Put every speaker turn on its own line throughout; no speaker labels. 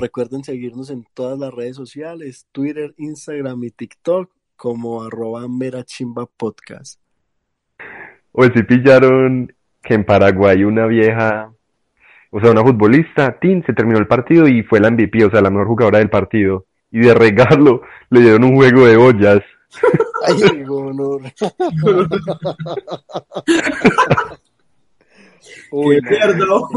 Recuerden seguirnos en todas las redes sociales, Twitter, Instagram y TikTok como arroba merachimba podcast.
O si pillaron que en Paraguay una vieja, o sea, una futbolista, Tin, se terminó el partido y fue la MVP, o sea, la mejor jugadora del partido. Y de regalo le dieron un juego de ollas.
Ay, honor. Uy,
¡Qué
no.
pierdo!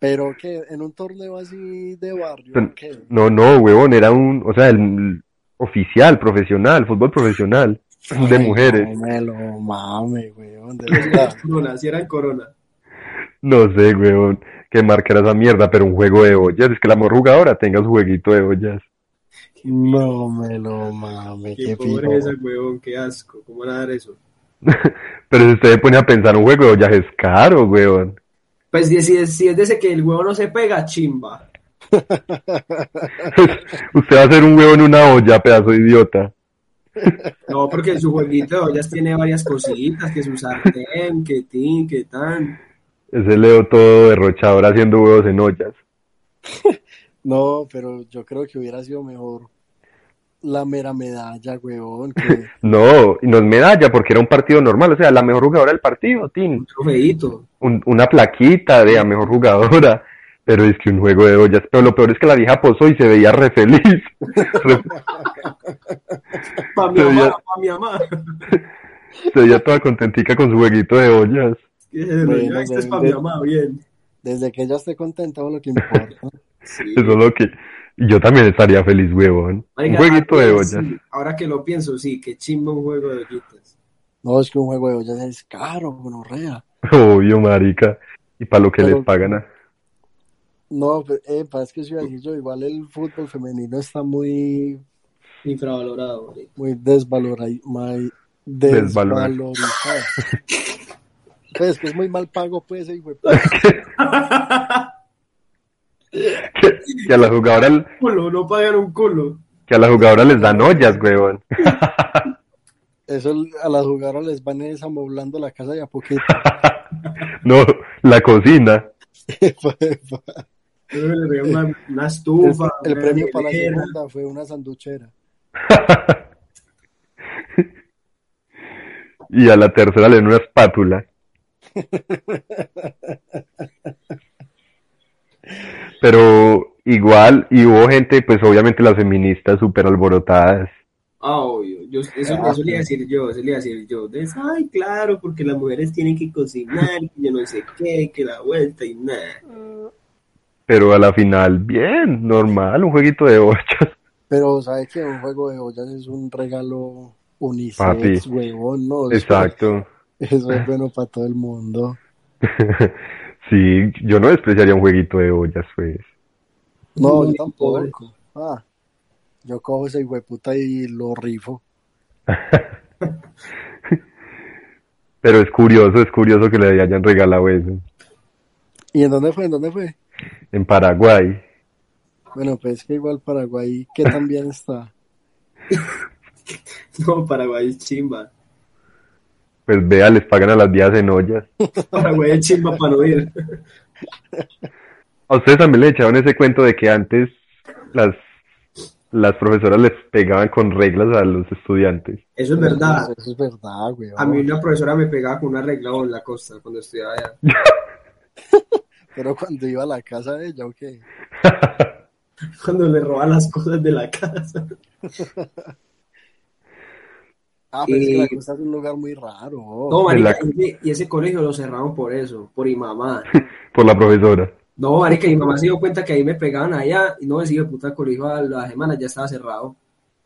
Pero que en un torneo así de barrio,
Pero-
¿qué?
No, no, huevón, era un, o sea, el oficial, profesional, fútbol profesional de
Ay,
mujeres.
No me lo mame, weón, de verdad.
Corona, si era el corona.
No sé, huevón, que marcará esa mierda, pero un juego de ollas, es que la mejor jugadora tenga su jueguito de ollas.
No me lo mame,
Qué
qué
pobre
pijo.
ese huevón, qué asco. ¿Cómo van a dar eso?
Pero si usted se pone a pensar, un juego de ollas es caro, huevón.
Pues si, si es, si es de ese que el huevo no se pega, chimba.
Usted va a hacer un huevo en una olla, pedazo de idiota.
No, porque en su jueguito de ollas tiene varias cositas, que su sartén, que tin, que tan.
Ese Leo todo derrochador haciendo huevos en ollas.
No, pero yo creo que hubiera sido mejor la mera medalla, weón, que
No, y no es medalla porque era un partido normal, o sea, la mejor jugadora del partido, Tin.
Un trofeito.
Un- una plaquita de la mejor jugadora, pero es que un juego de ollas. Pero lo peor es que la vieja posó y se veía re feliz. Re-
Pa' mi
Pero
mamá,
ya-
pa' mi mamá.
se veía toda contentica con su jueguito de ollas.
Que se
Bueno,
relaja, este es
bueno,
pa' mi
bueno.
mamá, bien.
desde que ella esté contenta o lo que importa.
Sí.
Eso es lo que. y Yo también estaría feliz, huevón. Un
Marica,
jueguito
ahora
de
que-
ollas.
sí, ahora que lo pienso, sí, qué chimba un juego de ollitas.
No, es que un juego de ollas es caro, gonorrea.
Obvio, marica. Y para lo que
Pero-
les pagan a-
No, pero, epa, es que si yo, igual el fútbol femenino está muy,
Infravalorado, marica.
muy desvalorado. Muy
Desvalorado.
desvalorizado. pues que es muy mal pago, pues, eh, güey.
que, que a la jugadora
Culo, no pagan un culo.
que a la jugadora les dan ollas, huevón.
Eso a las jugadoras les van desamoblando la casa de a poquito.
No, la cocina.
Epa, epa.
Creo que le regalan Una, una
El,
estufa.
el
una
premio para la
nevera.
segunda fue una sanduchera.
y a la tercera le dan una espátula. Pero igual, y hubo gente, pues obviamente las feministas súper alborotadas.
Ah, obvio. Yo, eso,
Ah,
eso le iba a decir yo, eso le iba a decir yo. De, Ay, claro, porque las mujeres tienen que cocinar, que yo no sé qué, que la vuelta y nada.
Pero a la final, bien, normal, un jueguito de ollas.
Pero, ¿sabes que Un juego de ollas es un regalo unisex,
Papi.
huevón, ¿no? Eso-
Exacto.
Eso
Ah.
es bueno para todo el mundo.
sí, yo no despreciaría un jueguito de ollas, pues.
No, yo
Muy pobre.
tampoco. Ah, yo cojo ese hueputa y lo rifo.
Pero es curioso, es curioso que le hayan regalado eso.
¿Y en dónde fue? ¿En dónde fue?
En Paraguay.
Bueno, pues que igual Paraguay, que también está.
No, Paraguay es chimba.
Pues vea, les pagan a las días en ollas.
Paraguay es chimba para no ir.
A ustedes también le echaron ese cuento de que antes las, las profesoras les pegaban con reglas a los estudiantes.
Eso es verdad.
Eso es verdad, güey.
A mí una profesora me pegaba con una regla en la costa cuando estudiaba allá.
Pero cuando iba a la casa de ella, ¿o qué?
Cuando le roban las cosas de la casa.
Ah, pero es que
Eh,
la costa es un lugar muy raro.
No,
De
marica,
la-
y ese- y ese colegio lo cerraron por eso, por mi mamá.
Por la profesora.
No, marica, mi mamá se dio cuenta que ahí me pegaban allá y no decía, puta, el colegio a la semana ya estaba cerrado.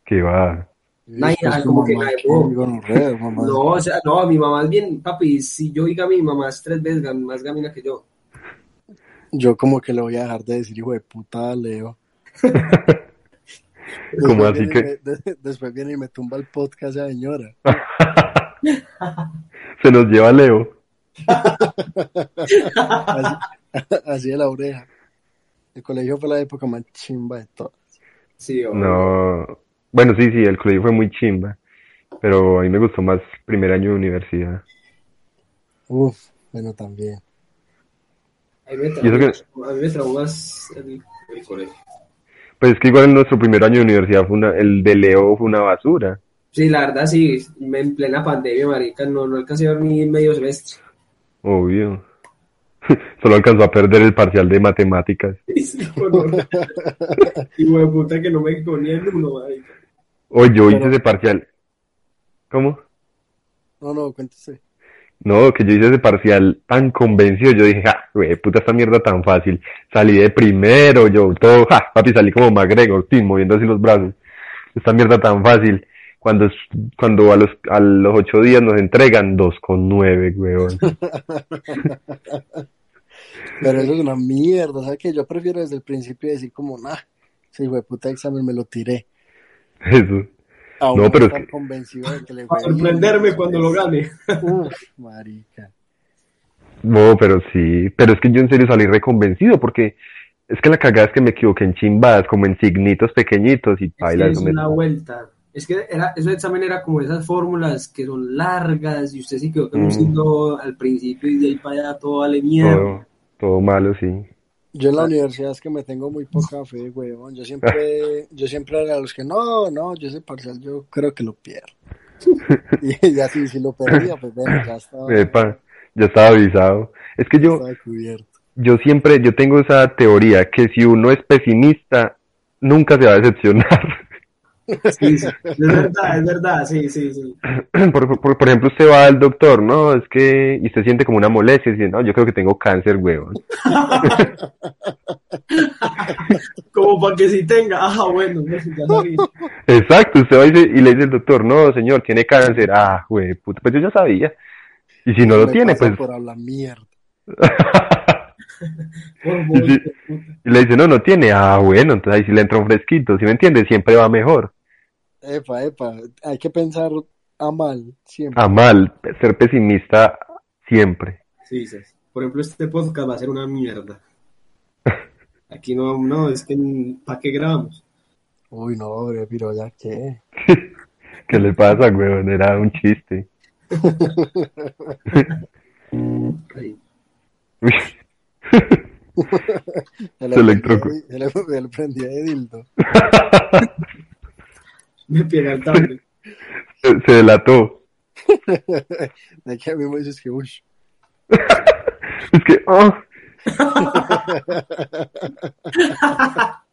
Que va.
no,
Es
ya,
su
como que
"Pues, mamá,
la
qué
dejó.
gonorrea, mamá.
No, o sea, no, mi mamá es bien, papi, si yo diga a mi mamá es tres veces gam- más gamina que yo.
Yo como que le voy a dejar de decir hijo de puta a Leo.
¿Cómo
Después
así
viene y
que?
me- de- después viene y me tumba el podcast esa señora.
Se nos lleva Leo.
Así, así de la oreja. El colegio fue la época más chimba de todo.
Sí, o
No. Bueno, sí, sí, el colegio fue muy chimba. Pero a mí me gustó más primer año de universidad.
Uf, bueno, también.
A mí me
¿Y eso
traumó, a mí me traumó más el, el colegio.
Pues es que igual en nuestro primer año de universidad fue una- el de Leo fue una basura.
Sí, la verdad, sí, me- en plena pandemia, marica, no, no alcancé a dormir medio semestre.
Obvio. Solo alcanzó a perder el parcial de matemáticas.
Sí, con horror. y güey, puta que no me ponía el uno, marica.
Oye, yo hice
Pero-
ese parcial. ¿Cómo?
No, no, cuéntese.
No, que yo hice ese parcial tan convencido. Yo dije, ja, güey, puta esta mierda tan fácil. Salí de primero, yo todo, ja, papi, salí como McGregor, tin, moviendo así los brazos. Esta mierda tan fácil. Cuando, es- cuando a los, a los ocho días nos entregan dos con nueve, weón.
Pero eso es una mierda, o sea que yo prefiero desde el principio decir como, nah, ese hijo de puta examen me lo tiré.
Eso.
A
No,
uno
pero es
estar
que-
convencido de que le
Para
fue bien.
sorprenderme cuando lo
pues.
gane.
Uf, marica.
No, pero sí, pero es que yo en serio salí reconvencido porque es que la cagada es que me equivoqué en chimbadas, como en signitos pequeñitos y
Es
paila,
que
eso
es
me-
una vuelta. Es que era, ese examen era como esas fórmulas que son largas y usted se quedó con un
Mm.
signo al principio y de ahí para allá todo vale mierda.
todo, todo malo, sí.
Yo
Ah.
en la universidad es que me tengo muy poca fe, huevón. Yo siempre, yo siempre era de los que no, no, yo ese parcial yo creo que lo pierdo. Y, y así, si lo perdía, pues bueno, ya estaba,
Epa, ya estaba avisado. Es que
ya
yo,
estaba cubierto.
yo siempre, yo tengo esa teoría que si uno es pesimista, nunca se va a decepcionar.
Sí, sí. Es verdad, es verdad, sí, sí, sí.
Por, por, por ejemplo, usted va al doctor, ¿no? Es que, y usted siente como una molestia, y dice, no, yo creo que tengo cáncer, huevón.
Como para que si tenga, ah, bueno, no, sí, ya sabía.
Exacto, usted va y, dice- y le dice el doctor, no, señor, tiene cáncer. Ah, güey, puta, pues yo ya sabía. Y si no lo
Me
tiene,
pasa
pues...
Por hablar mierda.
Por favor,
Sí.
qué puta.
y le dice, no, no tiene. Ah, bueno, entonces ahí sí le entra un fresquito, ¿sí me entiende? Siempre va mejor.
Epa, epa, hay que pensar a mal siempre.
A mal, ser pesimista siempre.
Sí, sí. Por ejemplo, este podcast va a ser una mierda. Aquí no, no, es que ¿para qué grabamos?
Uy, no, hombre, pero ya qué.
¿Qué le pasa, güey? Era un chiste.
Ay,
Uy.
Se
Se
prendió
electrocutó.
de- se le, se le prendió de dildo.
me pega el tablet.
se, se delató.
De que a mí me dices que, uy,
Es que, ah,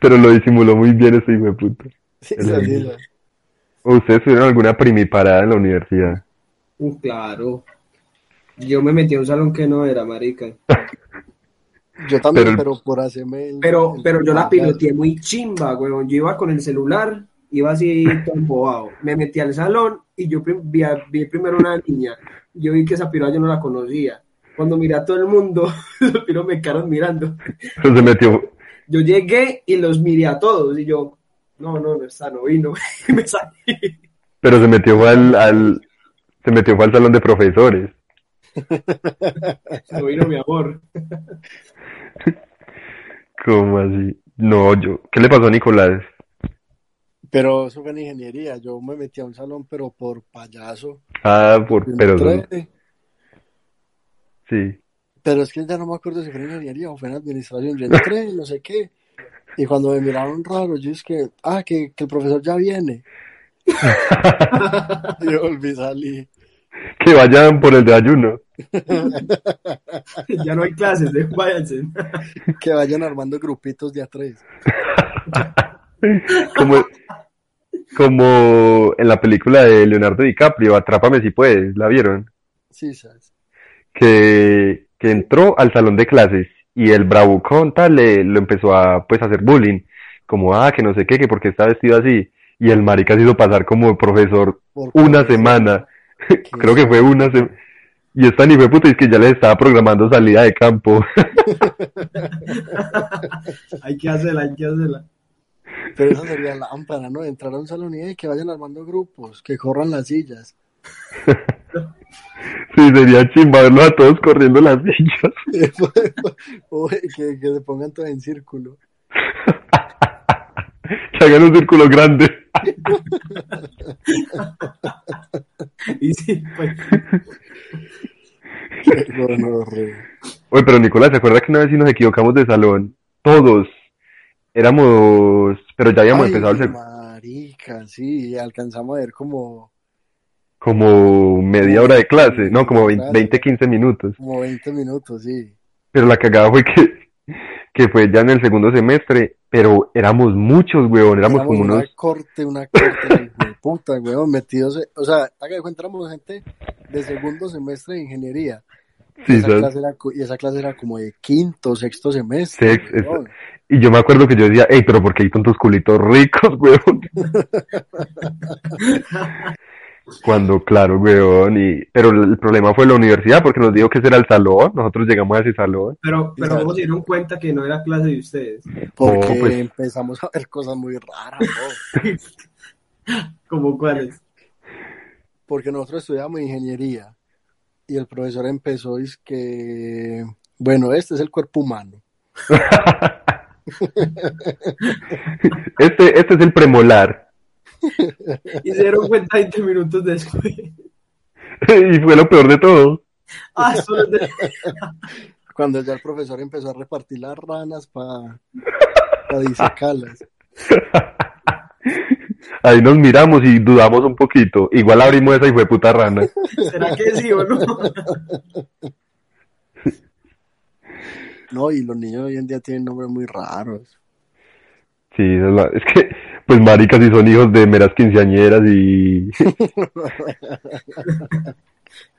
pero lo disimuló muy bien ese hijo de puta.
sí,
El
sí,
dildo.
sí.
¿O ustedes tuvieron alguna primiparada en la universidad?
Uh, claro. Yo me metí a un salón que no era, marica.
Yo también,
Pero-
pero, por hacerme el-
Pero,
el-
pero yo la piloteé muy chimba, weón. Yo iba con el celular, iba así todo embobado. Me metí al salón y yo prim- vi, a- vi primero una niña. Yo vi que esa piroa yo no la conocía. Cuando miré a todo el mundo, los piros me quedaron mirando.
Pero se metió,
Yo llegué y los miré a todos y yo, no, no, no está, no vino. Y me salí.
pero se metió fue al, al- se metió fue al salón de profesores.
No vino mi amor.
¿Cómo así? No, yo, ¿qué le pasó a Nicolás?
Pero eso fue en ingeniería. Yo me metí a un salón, pero por payaso.
Ah, por, pero,
Entré,
sí.
pero es que ya no me acuerdo si fue en ingeniería o fue en administración. Yo entré, no sé qué. Y cuando me miraron raro, yo es que, ah, que, que el profesor ya viene. yo volví a salir.
Que vayan por el desayuno.
Ya no hay clases, de váyanse.
Que vayan armando grupitos de a tres.
Como, como en la película de Leonardo DiCaprio, Atrápame si puedes, ¿la vieron?
Sí, ¿sabes?
que, que entró al salón de clases y el bravucón tal le, lo empezó a pues a hacer bullying, como ah, que no sé qué, que porque está vestido así, y el marica se hizo pasar como profesor
Por-
una semana, creo que fue una semana, y esta ni fue puta, es que ya le estaba programando salida de campo,
Hay que hacerla, hay que hacerla.
Pero esa sería lámpara, ¿no? Entrar a un salón y "Ey, que vayan armando grupos, que corran las sillas.
sí, sería chimba verlo a todos corriendo las sillas,
o que, que se pongan todos en círculo.
que hagan un círculo grande,
Y sí, pues,
Gonorrea.
Oye, pero Nicolás, ¿se acuerda que una vez sí nos equivocamos de salón? Todos. Éramos, pero ya habíamos
Ay,
empezado el sec-
Marica, sí, alcanzamos a ver como,
como media hora de clase, no, como
Claro.
20, 15 minutos.
como 20 minutos, sí.
Pero la cagada fue que, que fue ya en el segundo semestre, pero éramos muchos, weón, éramos, como
una
unos...
corte, una corte de puta, weón, metidos, en- o sea, haga de cuenta, éramos gente de segundo semestre de ingeniería. Y
sí,
esa
¿sabes?
clase era, co- y esa clase era como de quinto, sexto semestre.
Sex- es-
weón.
Y yo me acuerdo que yo decía, hey, pero ¿por qué hay tantos culitos ricos, weón? Cuando, claro, weón, y... Pero el problema fue la universidad, porque nos dijo que ese era el salón, nosotros llegamos a ese salón.
Pero, pero
Exacto.
¿cómo se dieron cuenta que no era clase de ustedes?
Porque
pues.
empezamos a ver cosas muy raras, weón.
¿Como cuáles?
porque nosotros estudiamos ingeniería y el profesor empezó es que bueno este es el cuerpo humano
Este, este es el premolar.
Y se dieron cuenta 20 minutos después.
y fue lo peor de todo.
Ah, solo de-
cuando ya el profesor empezó a repartir las ranas para disecarlas
Ahí nos miramos y dudamos un poquito. Igual abrimos esa y fue puta rana.
¿Será que sí o no?
no y los niños hoy en día tienen nombres muy raros
Sí, esa es, la- es que, pues maricas y son hijos de meras quinceañeras y...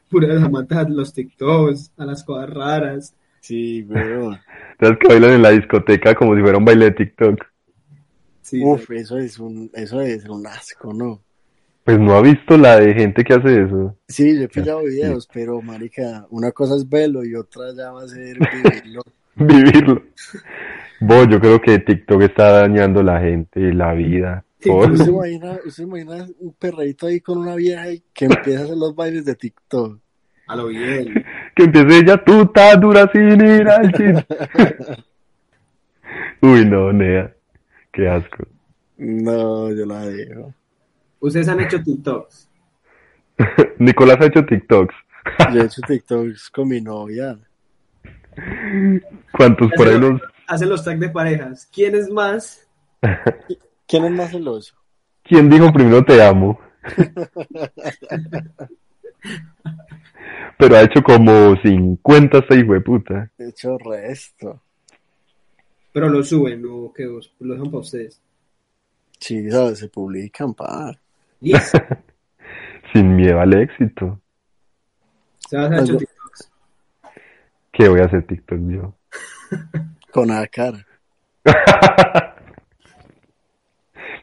Puras amantes a los TikToks, a las cosas raras.
sí weón
Las que bailan en la discoteca como si fuera un baile de TikTok.
Sí,
uf eso es un eso es un asco no
Pues no ha visto la de gente que hace eso.
sí yo he pillado videos pero marica una cosa es verlo y otra ya va a ser vivirlo
Vivirlo. Vos, yo creo que TikTok está dañando la gente y la vida.
Sí,
Vos.
¿Usted se imagina, usted se imagina un perrito ahí con una vieja y que empieza a hacer los bailes de TikTok?
a lo bien.
Que empiece ella, tú estás dura sin ir al gym". Uy, no, Nea. Qué asco.
No, yo la dejo.
Ustedes han hecho TikToks.
Nicolás ha hecho TikToks.
Yo he hecho TikToks con mi novia.
¿Cuántos por ahí los...
Hacen los tags de parejas. ¿Quién es más?
¿Quién es más celoso?
¿Quién dijo primero te amo? Pero ha hecho como 50 seis puta.
He hecho resto.
Pero lo suben, no, que os- lo dejan para ustedes.
Sí, ¿sabes? Se publican, par.
Yes.
Sin miedo al éxito.
Se han hecho TikToks.
¿Qué voy a hacer TikTok yo?
Con la cara.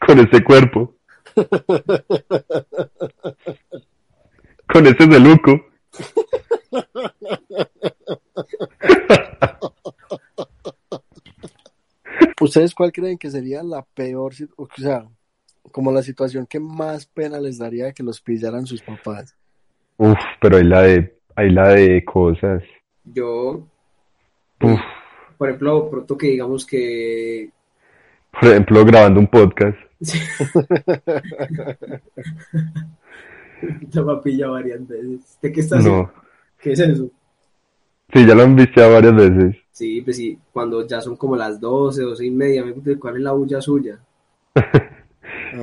Con ese cuerpo. Con ese deluco.
¿Ustedes cuál creen que sería la peor, sit- o sea, como la situación que más pena les daría que los pillaran sus papás?
Uf, pero hay la de, hay la de cosas.
Yo,
Uf,
por ejemplo, pronto que digamos que
por ejemplo, grabando un podcast.
la papilla varias veces. ¿De qué estás?
No.
¿Qué es eso?
Sí, ya lo han visto varias veces.
Sí, pues sí, cuando ya son como las 12, 12 y media, me pregunto, ¿cuál es la bulla suya?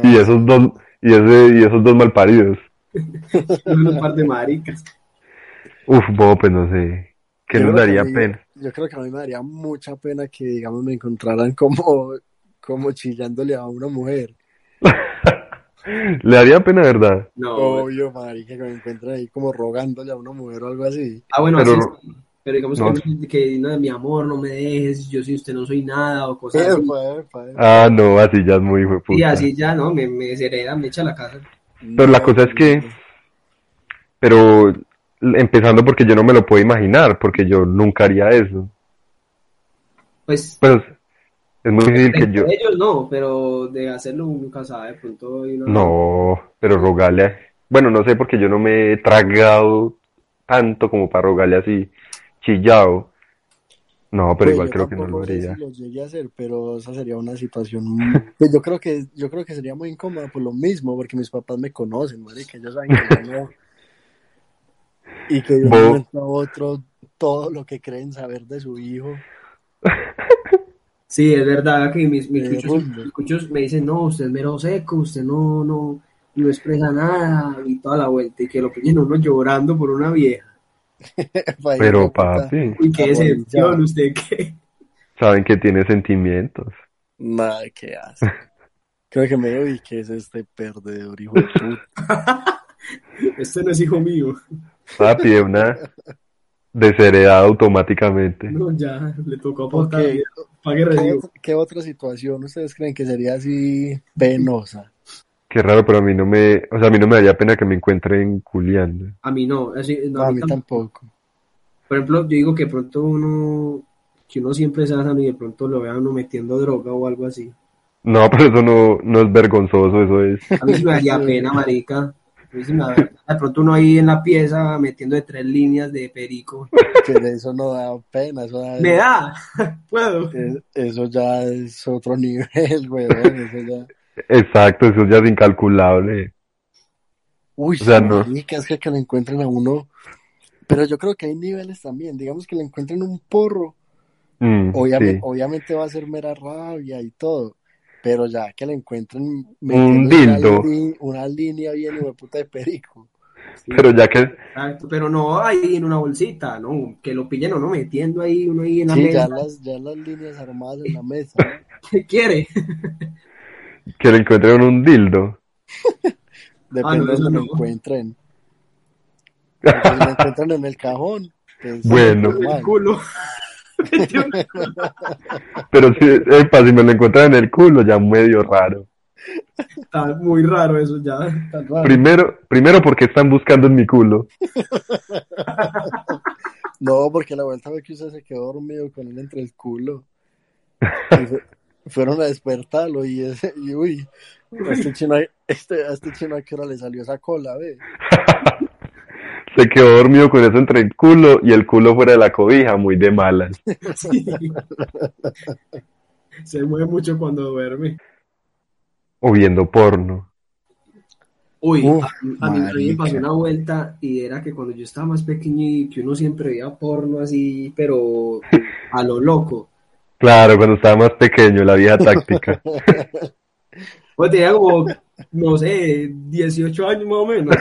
Y
Ah.
esos dos, y ese, y esos dos malparidos.
un par de maricas.
Uf, Bob, pues no sé. ¿Qué
Yo
nos
creo que
daría
a mí-
pena?
Yo creo que a mí me daría mucha pena que, digamos, me encontraran como, como chillándole a una mujer.
Le daría pena, ¿verdad?
No.
Obvio, marica, que me encuentren ahí como rogándole a una mujer o algo así.
Ah, bueno,
Pero
así
no-
sí. Pero digamos
no.
que, que no, mi amor, no me dejes, yo sin usted no soy nada o cosas así.
Epa, epa, epa.
Ah, no, así ya es muy hijo de
Y
puta.
así ya, ¿no? Me, me deshereda, me echa a la casa.
Pero la cosa es que, pero empezando porque yo no me lo puedo imaginar, porque yo nunca haría eso.
Pues,
Pues es muy difícil que yo...
de ellos no, pero de hacerlo uno nunca sabe, de pronto hay una-
No, pero rogarle... a- Bueno, no sé, porque yo no me he tragado tanto como para rogarle así, chillado. No, pero
Pues
igual
yo
creo que no lo
tampoco sé
haría.
si lo llegué a hacer, pero esa sería una situación. muy- Pues yo creo que yo creo que sería muy incómoda por lo mismo, porque mis papás me conocen, marica, ellos saben que yo no. Y que de un
Bo-
momento a otro todo lo que creen saber de su hijo.
Sí, es verdad que mis, mis
Eh,
cuchos,
Hulk.
mis cuchos me dicen, no, usted es mero seco, usted no, no, no expresa nada y toda la vuelta, y que lo pillen a uno llorando por una vieja.
Pa' ahí,
Pero
puta.
papi,
Uy, qué
Ah, bueno,
decepción,
ya.
usted qué.
saben que tiene sentimientos.
Madre, qué hace. Creo que me y que es este perdedor, hijo de puta.
Este no es hijo mío.
Papi, de Ah, una desheredada automáticamente.
No, ya, le tocó aportar.
Porque,
Pague
¿qué,
recibo.
otra- qué otra situación ustedes creen que sería así penosa?
Qué raro, pero a mí no me, o sea, a mí no me daría pena que me encuentren culiando.
A mí no, así, no,
No, a mí
tampoco.
tampoco.
Por ejemplo, yo digo que pronto uno, que uno siempre es sano y de pronto lo vean uno metiendo droga o algo así.
No, pero eso no, no es vergonzoso, eso es.
A mí sí me daría pena, marica. A mí sí me da pena. De pronto uno ahí en la pieza metiendo de tres líneas de perico.
Pero eso no da pena, eso da-
¡Me da! ¡Puedo!
es- eso ya es otro nivel, huevón, eso ya.
Exacto, eso ya es incalculable.
Uy,
O sea, no.
sí, que es que, que le encuentren a uno. Pero yo creo que hay niveles también. Digamos que le encuentren un porro.
Mm,
Obviamente,
sí.
obviamente va a ser mera rabia y todo. Pero ya que le encuentren
dildo.
Una, li- una línea bien hijo de puta de perico.
Pero ya que,
Exacto, pero no ahí en una bolsita, no, que lo pillen uno metiendo ahí, uno ahí en la
Sí, ya
mesa.
las, ya las líneas armadas en la mesa.
Ah,
¿no?
¿Qué quiere?
que le encuentren un dildo.
Ah, no,
Depende
eso
de donde
no.
lo encuentren. Porque Si lo encuentran en el cajón, pues,
Bueno.
Con
normal.
El culo.
Pero si, epa, si me lo encuentran en el culo, ya medio raro.
Está muy raro eso ya. Está raro.
Primero, primero porque están buscando en mi culo.
No, porque la vuelta fue que usted se quedó dormido con él entre el culo. Y fue- fueron a despertarlo y, ese, y uy, a este chino, a- este, a este chino a qué hora le salió esa cola, ve.
Se quedó dormido con eso entre el culo y el culo fuera de la cobija, muy de malas.
Sí. Se mueve mucho cuando duerme.
O viendo porno.
Uy,
Uf,
a, a mí, a mí me pasó
marica.
una vuelta y era que cuando yo estaba más pequeño y que uno siempre veía porno así, pero a lo loco.
Claro, cuando estaba más pequeño, la vieja táctica.
Pues tenía como, no sé, 18 años más o menos.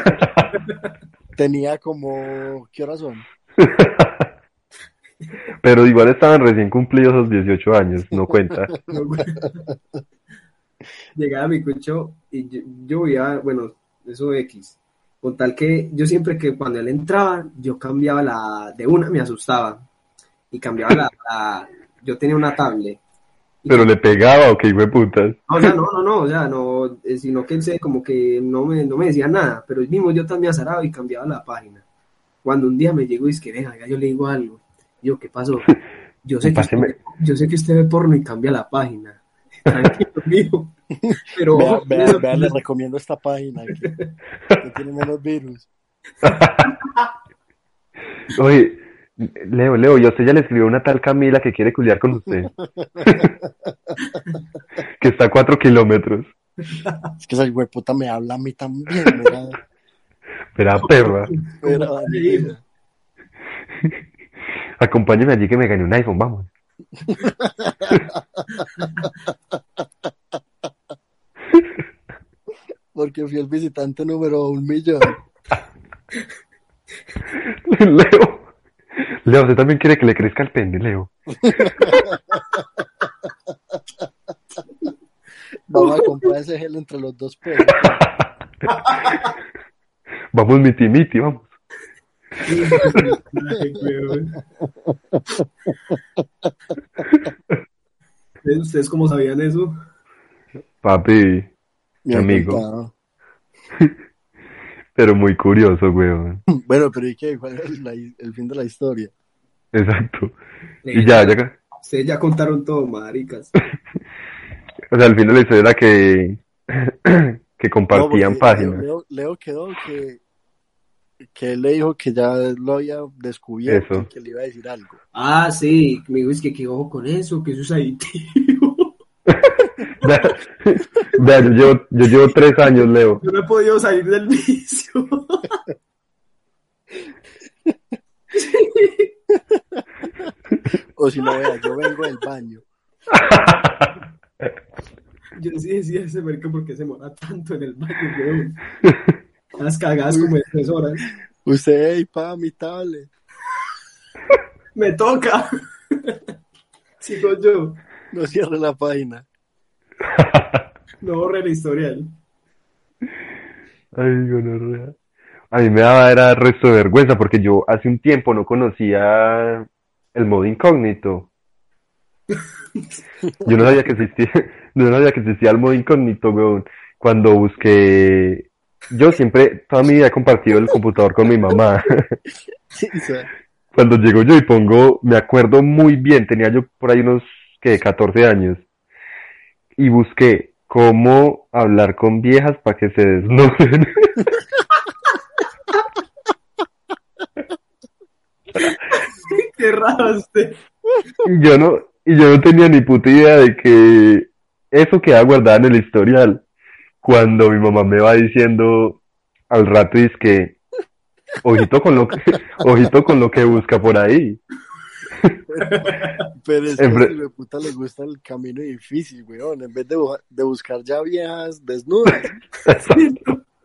Tenía como, ¿qué horas son?
Pero igual estaban recién cumplidos los 18 años, no cuenta.
No, güey. Llegaba mi cucho y yo, yo veía, bueno, eso X. Con tal que yo siempre que cuando él entraba, yo cambiaba la de una, me asustaba. Y cambiaba la. la- yo tenía una tablet. Y
Pero le pegaba, ok, putas.
No, o sea, no, no, no, o sea, no, eh, sino que él se como que no me, no me decía nada, pero el mismo yo también azaraba y cambiaba la página. Cuando un día me llegó y es que, venga, yo le digo algo, yo, ¿qué pasó? Yo sé que, usted,
Páseme.
yo sé que usted ve porno y cambia la página, tranquilo, mijo, pero
Vean, vean, vean, les recomiendo esta página aquí, que tiene menos virus.
Oye, Leo, Leo, yo a usted ya le escribió una tal Camila que quiere culiar con usted. que está a cuatro kilómetros.
Es que esa hueputa me habla a mí también, ¿verdad?
Verá, perra.
Pero, Daniela,
Acompáñeme allí que me gané un iPhone, vamos.
porque fui el visitante número un millón.
Leo. Leo, usted también quiere que le crezca el pene, Leo.
Vamos a comprar ese gel entre los dos pesos.
Vamos, miti miti, vamos.
¿eh? ¿Ustedes cómo sabían eso?
Papi,
Me han
Amigo.
contado.
pero muy curioso, weón.
Bueno, pero ¿y qué? ¿Cuál es la- el fin de la historia?
Exacto. Y ya, ya. ca-
Ustedes ya contaron todo, maricas.
O sea, al final la historia era que, que compartían
No, porque eh,
páginas.
Leo, Leo quedó que, que él le dijo que ya lo había descubierto
Eso.
y que le iba a decir algo.
Ah, sí, me dijo, es que qué ojo con eso, que eso es adictivo.
Vea, vea, yo, llevo, yo llevo tres años, Leo.
Yo no he podido salir del vicio.
O si no, vea, yo vengo del baño.
Yo sí decía ese mercado porque se mora tanto en el baño, weón. Las cagadas como de tres horas.
Usted, hey, pa, mi tablet.
Me toca. Sigo yo.
No cierre la página.
No borré el historial.
Ay, gonorrea. A mí me daba era resto de vergüenza porque yo hace un tiempo no conocía el modo incógnito. Yo no sabía que existía, yo no sabía que existía el modo incógnito, weón. Cuando busqué, yo siempre, toda mi vida he compartido el computador con mi mamá.
Sí, o sea,
Cuando llego yo y pongo, me acuerdo muy bien, tenía yo por ahí unos, ¿qué? 14 años. Y busqué cómo hablar con viejas para que se desnuden.
Qué raro este. usted.
Y yo no, y yo no tenía ni puta idea de que eso queda guardado en el historial. Cuando mi mamá me va diciendo al rato es que ojito con lo que, ojito con lo que busca por ahí.
Pero es que
En
a
pre-
este hijo de puta le gusta el camino difícil, weón. En vez de, bu- de buscar ya viejas desnudas,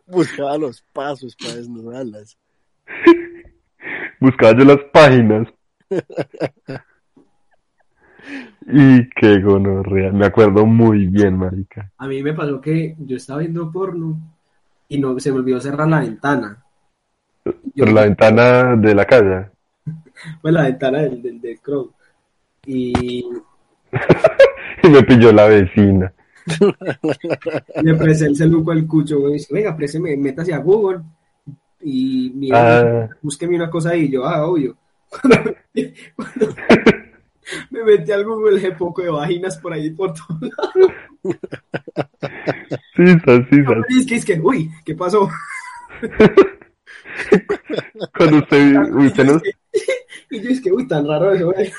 buscaba los pasos para desnudarlas.
Buscaba yo las páginas. Y qué gonorrea, me acuerdo muy bien, marica.
A mí me pasó que yo estaba viendo porno y no se me olvidó cerrar la ventana.
Por la ventana de la casa.
Fue Pues la ventana del, del, del Chrome. Y
Y me pilló la vecina.
le presé el celuco al cucho, güey. Y dice, venga, préseme, métase a Google y mira,
Ah.
búsqueme una cosa ahí. Y yo, ah, obvio. Cuando, cuando me metí al Google, dejé poco de vaginas por ahí por todo.
Sisas, sisas.
Y es que, es que, uy, ¿qué pasó?
Cuando usted, usted no,
Y yo, es que, uy, tan raro eso, güey.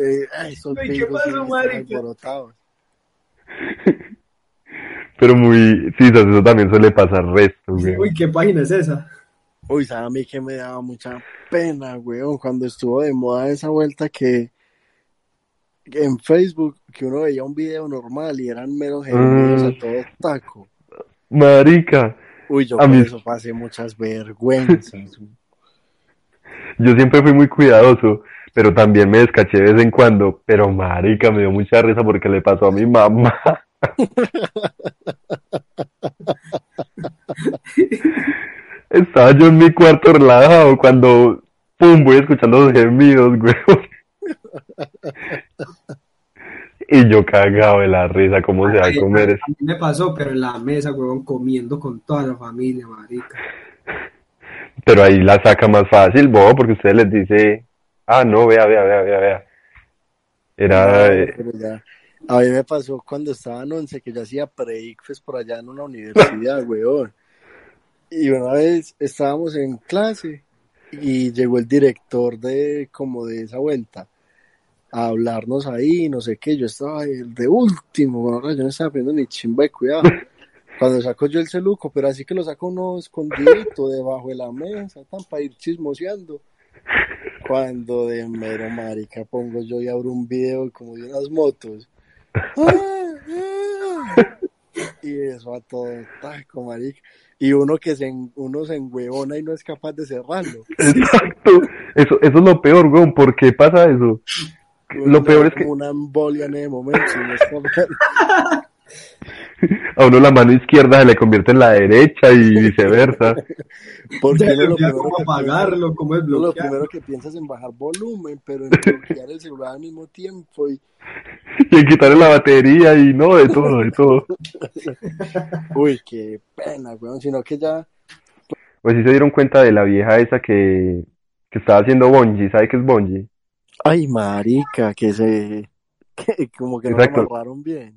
Eh, ay, son
Ay, ¿qué
pijos
pasó,
que están
marica?
alborotados.
pero muy sisas, eso también suele pasar resto,
Y yo,
güey.
Uy, ¿qué página es esa?
Uy, ¿sabes a mí que me daba mucha pena, weón? Cuando estuvo de moda esa vuelta que que en Facebook, que uno veía un video normal y eran meros gemidos
Mm.
a todo taco.
Marica,
Uy, yo
A
por
mí-
eso pasé muchas vergüenzas.
yo siempre fui muy cuidadoso, pero también me descaché de vez en cuando. Pero marica, me dio mucha risa porque le pasó a mi mamá. Estaba yo en mi cuarto relajado cuando, pum, voy escuchando los gemidos, güey. Y yo cagado de la risa, ¿cómo se va a comer eso?
A mí me pasó, pero en la mesa, huevón, comiendo con toda la familia, marica.
Pero ahí la saca más fácil, bobo, porque usted les dice, ah, no, vea, vea, vea, vea, vea. Era, eh,
Ah, Pero ya, a mí me pasó cuando estaba en once que yo hacía pre por allá en una universidad, weón. Y una vez estábamos en clase y llegó el director de como de esa vuelta a hablarnos ahí, no sé qué, yo estaba el de último, weón, yo no estaba poniendo ni chimba de cuidado. Cuando saco yo el celuco, pero así que lo saco uno escondidito debajo de la mesa, tan para ir chismoseando. Cuando de mero marica pongo yo y abro un video como de unas motos. ¡Ah! ¡Ah! Y eso a todo taco, marica. Y uno que se, en- uno se enhuevona y no es capaz de cerrarlo.
exacto. Eso, eso es lo peor, weón. ¿Por qué pasa eso? Lo
Uno
peor
le da
es que
como una embolia en ese momento. y no es capaz.
a uno la mano izquierda se le convierte en la derecha y viceversa.
Porque
Ya
uno lo, primero
sabía cómo
que piensa,
apagarlo, cómo
uno lo
desbloquearlo.
primero que piensa es en bajar volumen, pero en bloquear el celular al mismo tiempo. Y,
Y en quitarle la batería y no, de todo, de todo.
uy, qué pena, weón. Sino que ya
Pues si se dieron cuenta de la vieja esa que, que estaba haciendo bungee, ¿sabe qué es bungee?
Ay, marica, que se... que como que no lo
Exacto.
amarraron bien.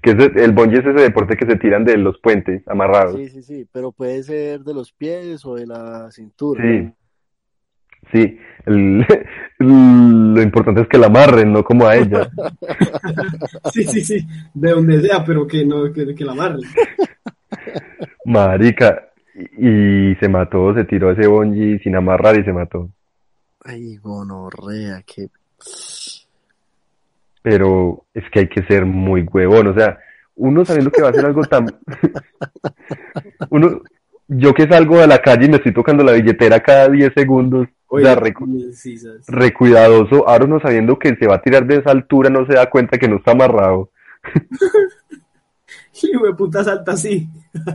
Que es el, el bungee es ese deporte que se tiran de los puentes amarrados.
Sí, sí, sí, pero puede ser de los pies o de la cintura.
Sí, sí. El- lo importante es que la amarren, no como a ella.
Sí, sí, sí, de donde sea, pero que no, que, que la amarre.
Marica, y se mató, se tiró ese bonji sin amarrar y se mató.
Ay, gonorrea, que.
Pero es que hay que ser muy huevón, o sea, uno sabiendo que va a hacer algo tan... uno, yo que salgo a la calle y me estoy tocando la billetera cada 10 segundos, o sea, recu-
sí, ¿sabes?
recuidadoso, ahora uno sabiendo que se va a tirar de esa altura no se da cuenta que no está amarrado.
Y me puta salta así.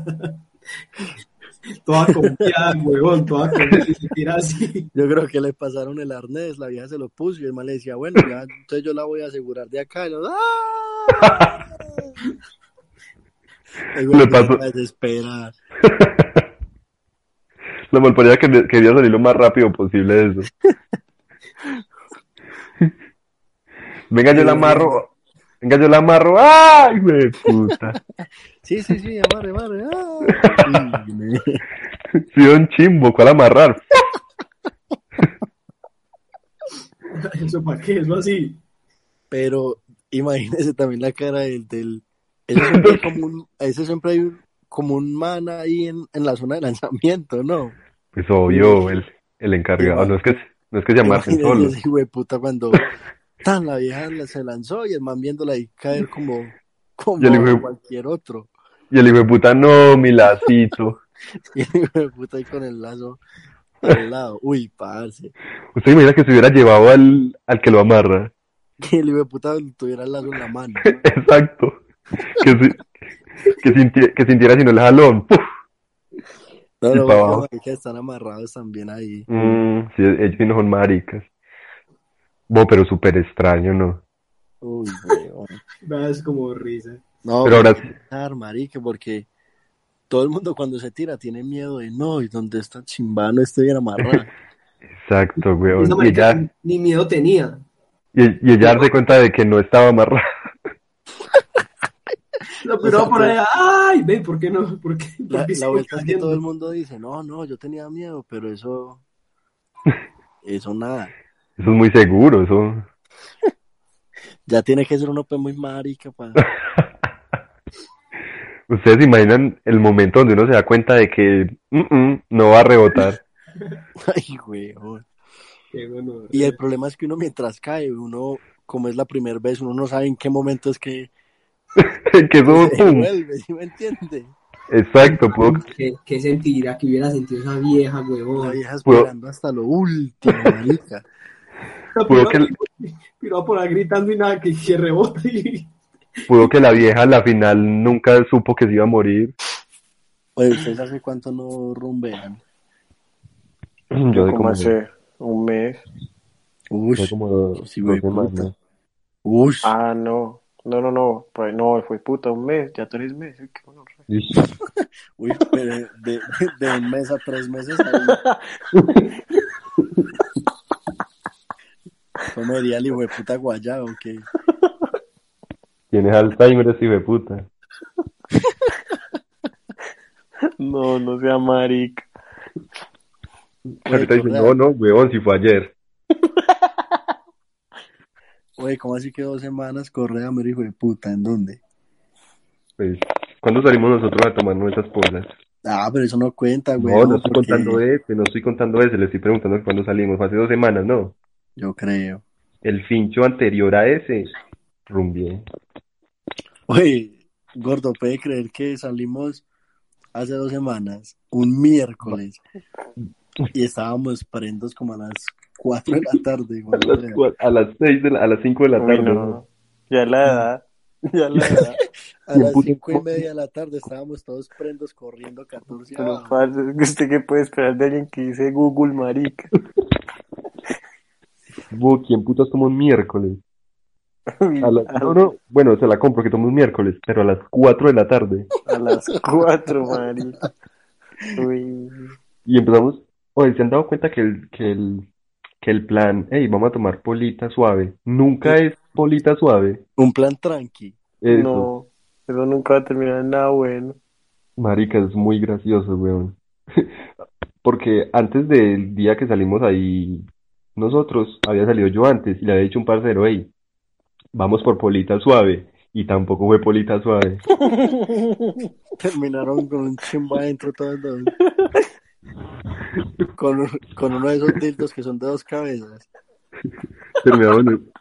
toda confiada, huevón, toda confiada y se tira así.
Yo creo que le pasaron el arnés, la vieja se lo puso y el man le decía, bueno, ya, entonces yo la voy a asegurar de acá. Y lo- ¡Ah! El güey
Le
se
pasó-
desespera.
La malparida que me- quería salir lo más rápido posible de eso. Venga, yo la amarro. Venga, yo la amarro. ¡Ay, güey, puta!
Sí, sí, sí, amarre, amarre. ¡Ah! Sí, me-
Sí, un chimbo, ¿cuál amarrar?
Eso para qué, eso así.
Pero imagínese también la cara del... del... Ese siempre hay como un, ese siempre hay un- como un man ahí en, en la zona de lanzamiento, ¿no?
Pues obvio, el, el encargado. No es que, no es que se amarren
Imagínese
solos.
ese hijo de puta cuando tan la vieja la- se lanzó y el man viéndola ahí caer como, como
Y el hijo de-
cualquier otro.
Y el hijo de puta, no, mi lacito.
Y el hijo de puta ahí con el lazo al lado. Uy, parce.
Usted imagina que se hubiera llevado al, al que lo amarra.
Que el hijo de puta tuviera el lazo en la mano.
Exacto. Que, si- que, sinti- que sintiera sino el jalón. ¡Puf!
No,
Y
no,
pa'
porque
abajo.
marica, están amarrados también ahí.
Mm, sí, ellos no son maricas. Bo, pero súper extraño, ¿no?
Uy, weón.
Da, Es como risa.
No,
Pero ahora
porque- ah, marica, porque todo el mundo cuando se tira tiene miedo de no, y donde está chimbano estoy bien amarrado.
Exacto, weón.
Esa
Y
marica
ella,
ni miedo tenía.
y, y ella darse cuenta de que no estaba amarrada.
Lo piró por allá. Ay, ve, ¿por qué no? ¿Por qué? ¿Por
La,
qué
la
sigo
vuelta es que
cayendo?
todo el mundo dice, no, no, yo tenía miedo, pero eso, eso nada.
Eso es muy seguro, eso.
Ya tiene que ser un OP muy marica para
Ustedes se imaginan el momento donde uno se da cuenta de que "Mm, mm, no va a rebotar.
Ay, weón.
Qué bueno,
Y el problema es que uno mientras cae, uno, como es la primera vez, uno no sabe en qué momento es que
que eso,
se
pum.
vuelve, ¿sí me entiende?
Exacto, pudo,
¿Qué, qué sentirá que hubiera sentido esa vieja,
La
huevón?
vieja esperando hasta lo último, marica.
La
pudo
piró-
que,
piró por ahí gritando y nada, que, que rebota y...
pudo que la vieja a la final nunca supo que se iba a morir.
Oye, ¿ustedes hace cuánto no rumbean?
Yo de
como
como,
hace un mes.
Uy,
yo como dos,
Sí, güey,
dos semanas.
puta. uy.
Ah, no. No, no, no. Pues no, fue puta, un mes, ya tres meses. Uy, qué bueno.
Uy, pero de, de, de un mes a tres meses. ahí. ¿Cómo diría el hijo de puta guayado que
Tienes Alzheimer, ese hijo de puta.
No, no sea marica.
Ahorita dice, no, no, weón, si fue ayer.
Oye, ¿cómo así que dos semanas Correa me hijo de puta? ¿En dónde?
Pues, ¿cuándo salimos nosotros a tomar nuestras polas?
Ah, pero eso no cuenta, güey.
No, no estoy
porque
contando ese, no estoy contando ese, le estoy preguntando que cuándo salimos, fue hace dos semanas, ¿no?
Yo creo.
El fincho anterior a ese, rumbié.
Oye, gordo, ¿puede creer que salimos hace dos semanas, un miércoles, y estábamos prendos como a las cuatro de la tarde,
A
gordo,
las,
Correa?
cua- a las seis de la- a las cinco de la
Uy,
tarde. ¿no?
no. Ya la edad. Ya la edad.
A las
puto
cinco y
co-
media de la tarde estábamos todos prendos corriendo 14
Pero,
abajo.
parce, es que usted qué puede esperar de alguien que dice Google, marica.
Bo, ¿quién putas toma un miércoles?
Uy,
A la- no, no, bueno, se la compro que tomo un miércoles, pero a las cuatro de la tarde.
a las cuatro, marica. Uy.
Y empezamos, oye, ¿se han dado cuenta que el, que el, que el plan, hey, vamos a tomar polita suave? Nunca es polita suave.
Un plan tranqui.
Eso.
No, eso nunca va a terminar en nada bueno.
Marica, es muy gracioso, weón. Porque antes del día que salimos ahí, nosotros, había salido yo antes y le había dicho a un parcero, hey, vamos por polita suave. Y tampoco fue polita suave.
Terminaron con un chimba adentro todos los... Con, con uno de esos tildos que son de dos cabezas.
Terminaba en el-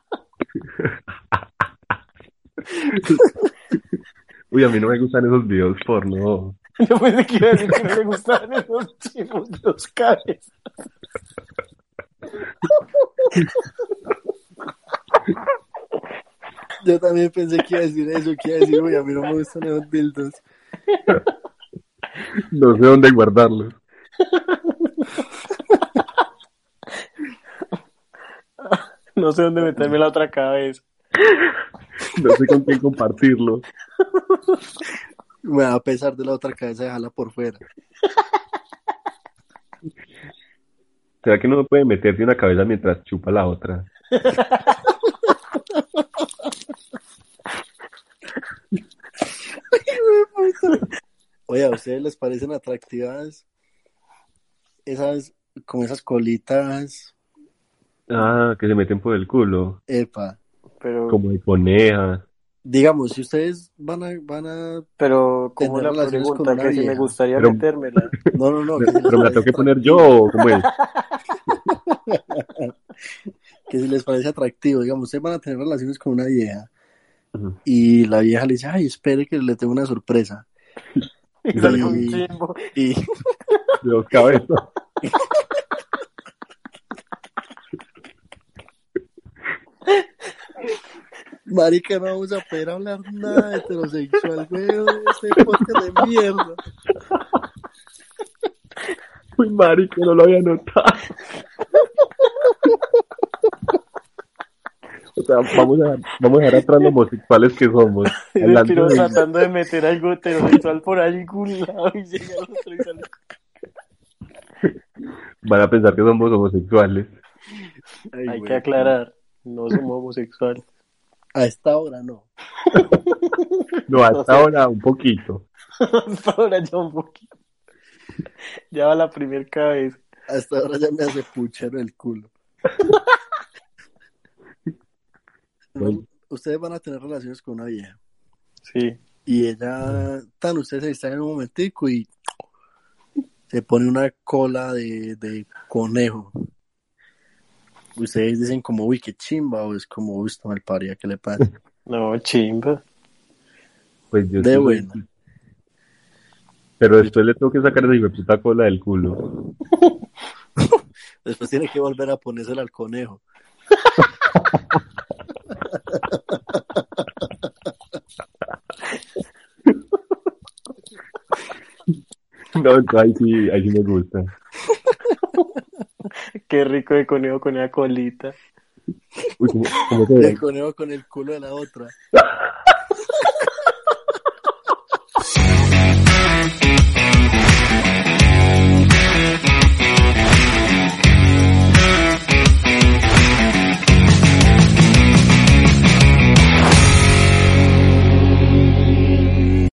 Uy, a mí no me gustan esos videos porno.
Yo pensé que iba a decir que no le gustaban esos chivos de los cables.
Yo también pensé que iba a decir eso, que iba a decir, uy, a mí no me gustan esos tildos.
No sé dónde guardarlos.
No sé dónde meterme la otra cabeza.
No sé con quién compartirlos.
Me va a pesar de la otra cabeza dejarla por fuera.
¿Será que no puede meterse una cabeza mientras chupa la otra?
Oye, ¿a ustedes les parecen atractivas esas, como esas colitas,
Ah, que se meten por el culo,
epa?
Pero,
como de coneja.
Digamos, si ustedes van a, van a,
pero ¿cómo
Tener
es la
relaciones con
pregunta?
una
Que si me
vieja.
gustaría
Pero-
metérmela.
no, no, no, que si les
Pero me la
parece
tengo que poner
atractivo.
yo, ¿o ¿cómo es?
que si les parece atractivo, digamos, ustedes van a tener relaciones con una vieja
Ujú.
y la vieja le dice, ay, espere que le tengo una sorpresa.
Y sale un
Y-
chimbo.
Y,
De dos cabezas.
marica, no vamos a poder hablar nada de heterosexual, weón, este podcast de mierda.
Uy, marica, no lo había notado. O sea, vamos a, vamos a dejar atrás los homosexuales que somos.
El
Hablando
piro
de-
tratando de meter algo heterosexual por algún lado y llega el otro y sale.
Van a pensar que somos homosexuales.
Ay,
Hay que
weón.
aclarar, no somos homosexuales.
A esta hora no.
No, hasta ahora un poquito.
Hasta ahora ya un poquito. Ya va la primer cabeza.
Hasta ahora ya me hace puchero el culo.
Bueno.
Ustedes van a tener relaciones con una vieja.
Sí.
Y ella, tan, ustedes se distraen un momentico y se pone una cola de, de conejo. Ustedes dicen como, uy, qué chimba, o es como, uy, esto mal paría, ¿qué le pasa?
No, chimba.
Pues yo
De
sí-
bueno.
Pero después le tengo que sacar esa puta cola del culo.
Después tiene que volver a ponérsela al conejo.
No, entonces ahí sí, ahí sí me gusta.
Qué rico de conejo con esa colita.
Uy, ¿cómo- cómo se
El
verá?
conejo con el culo de la otra.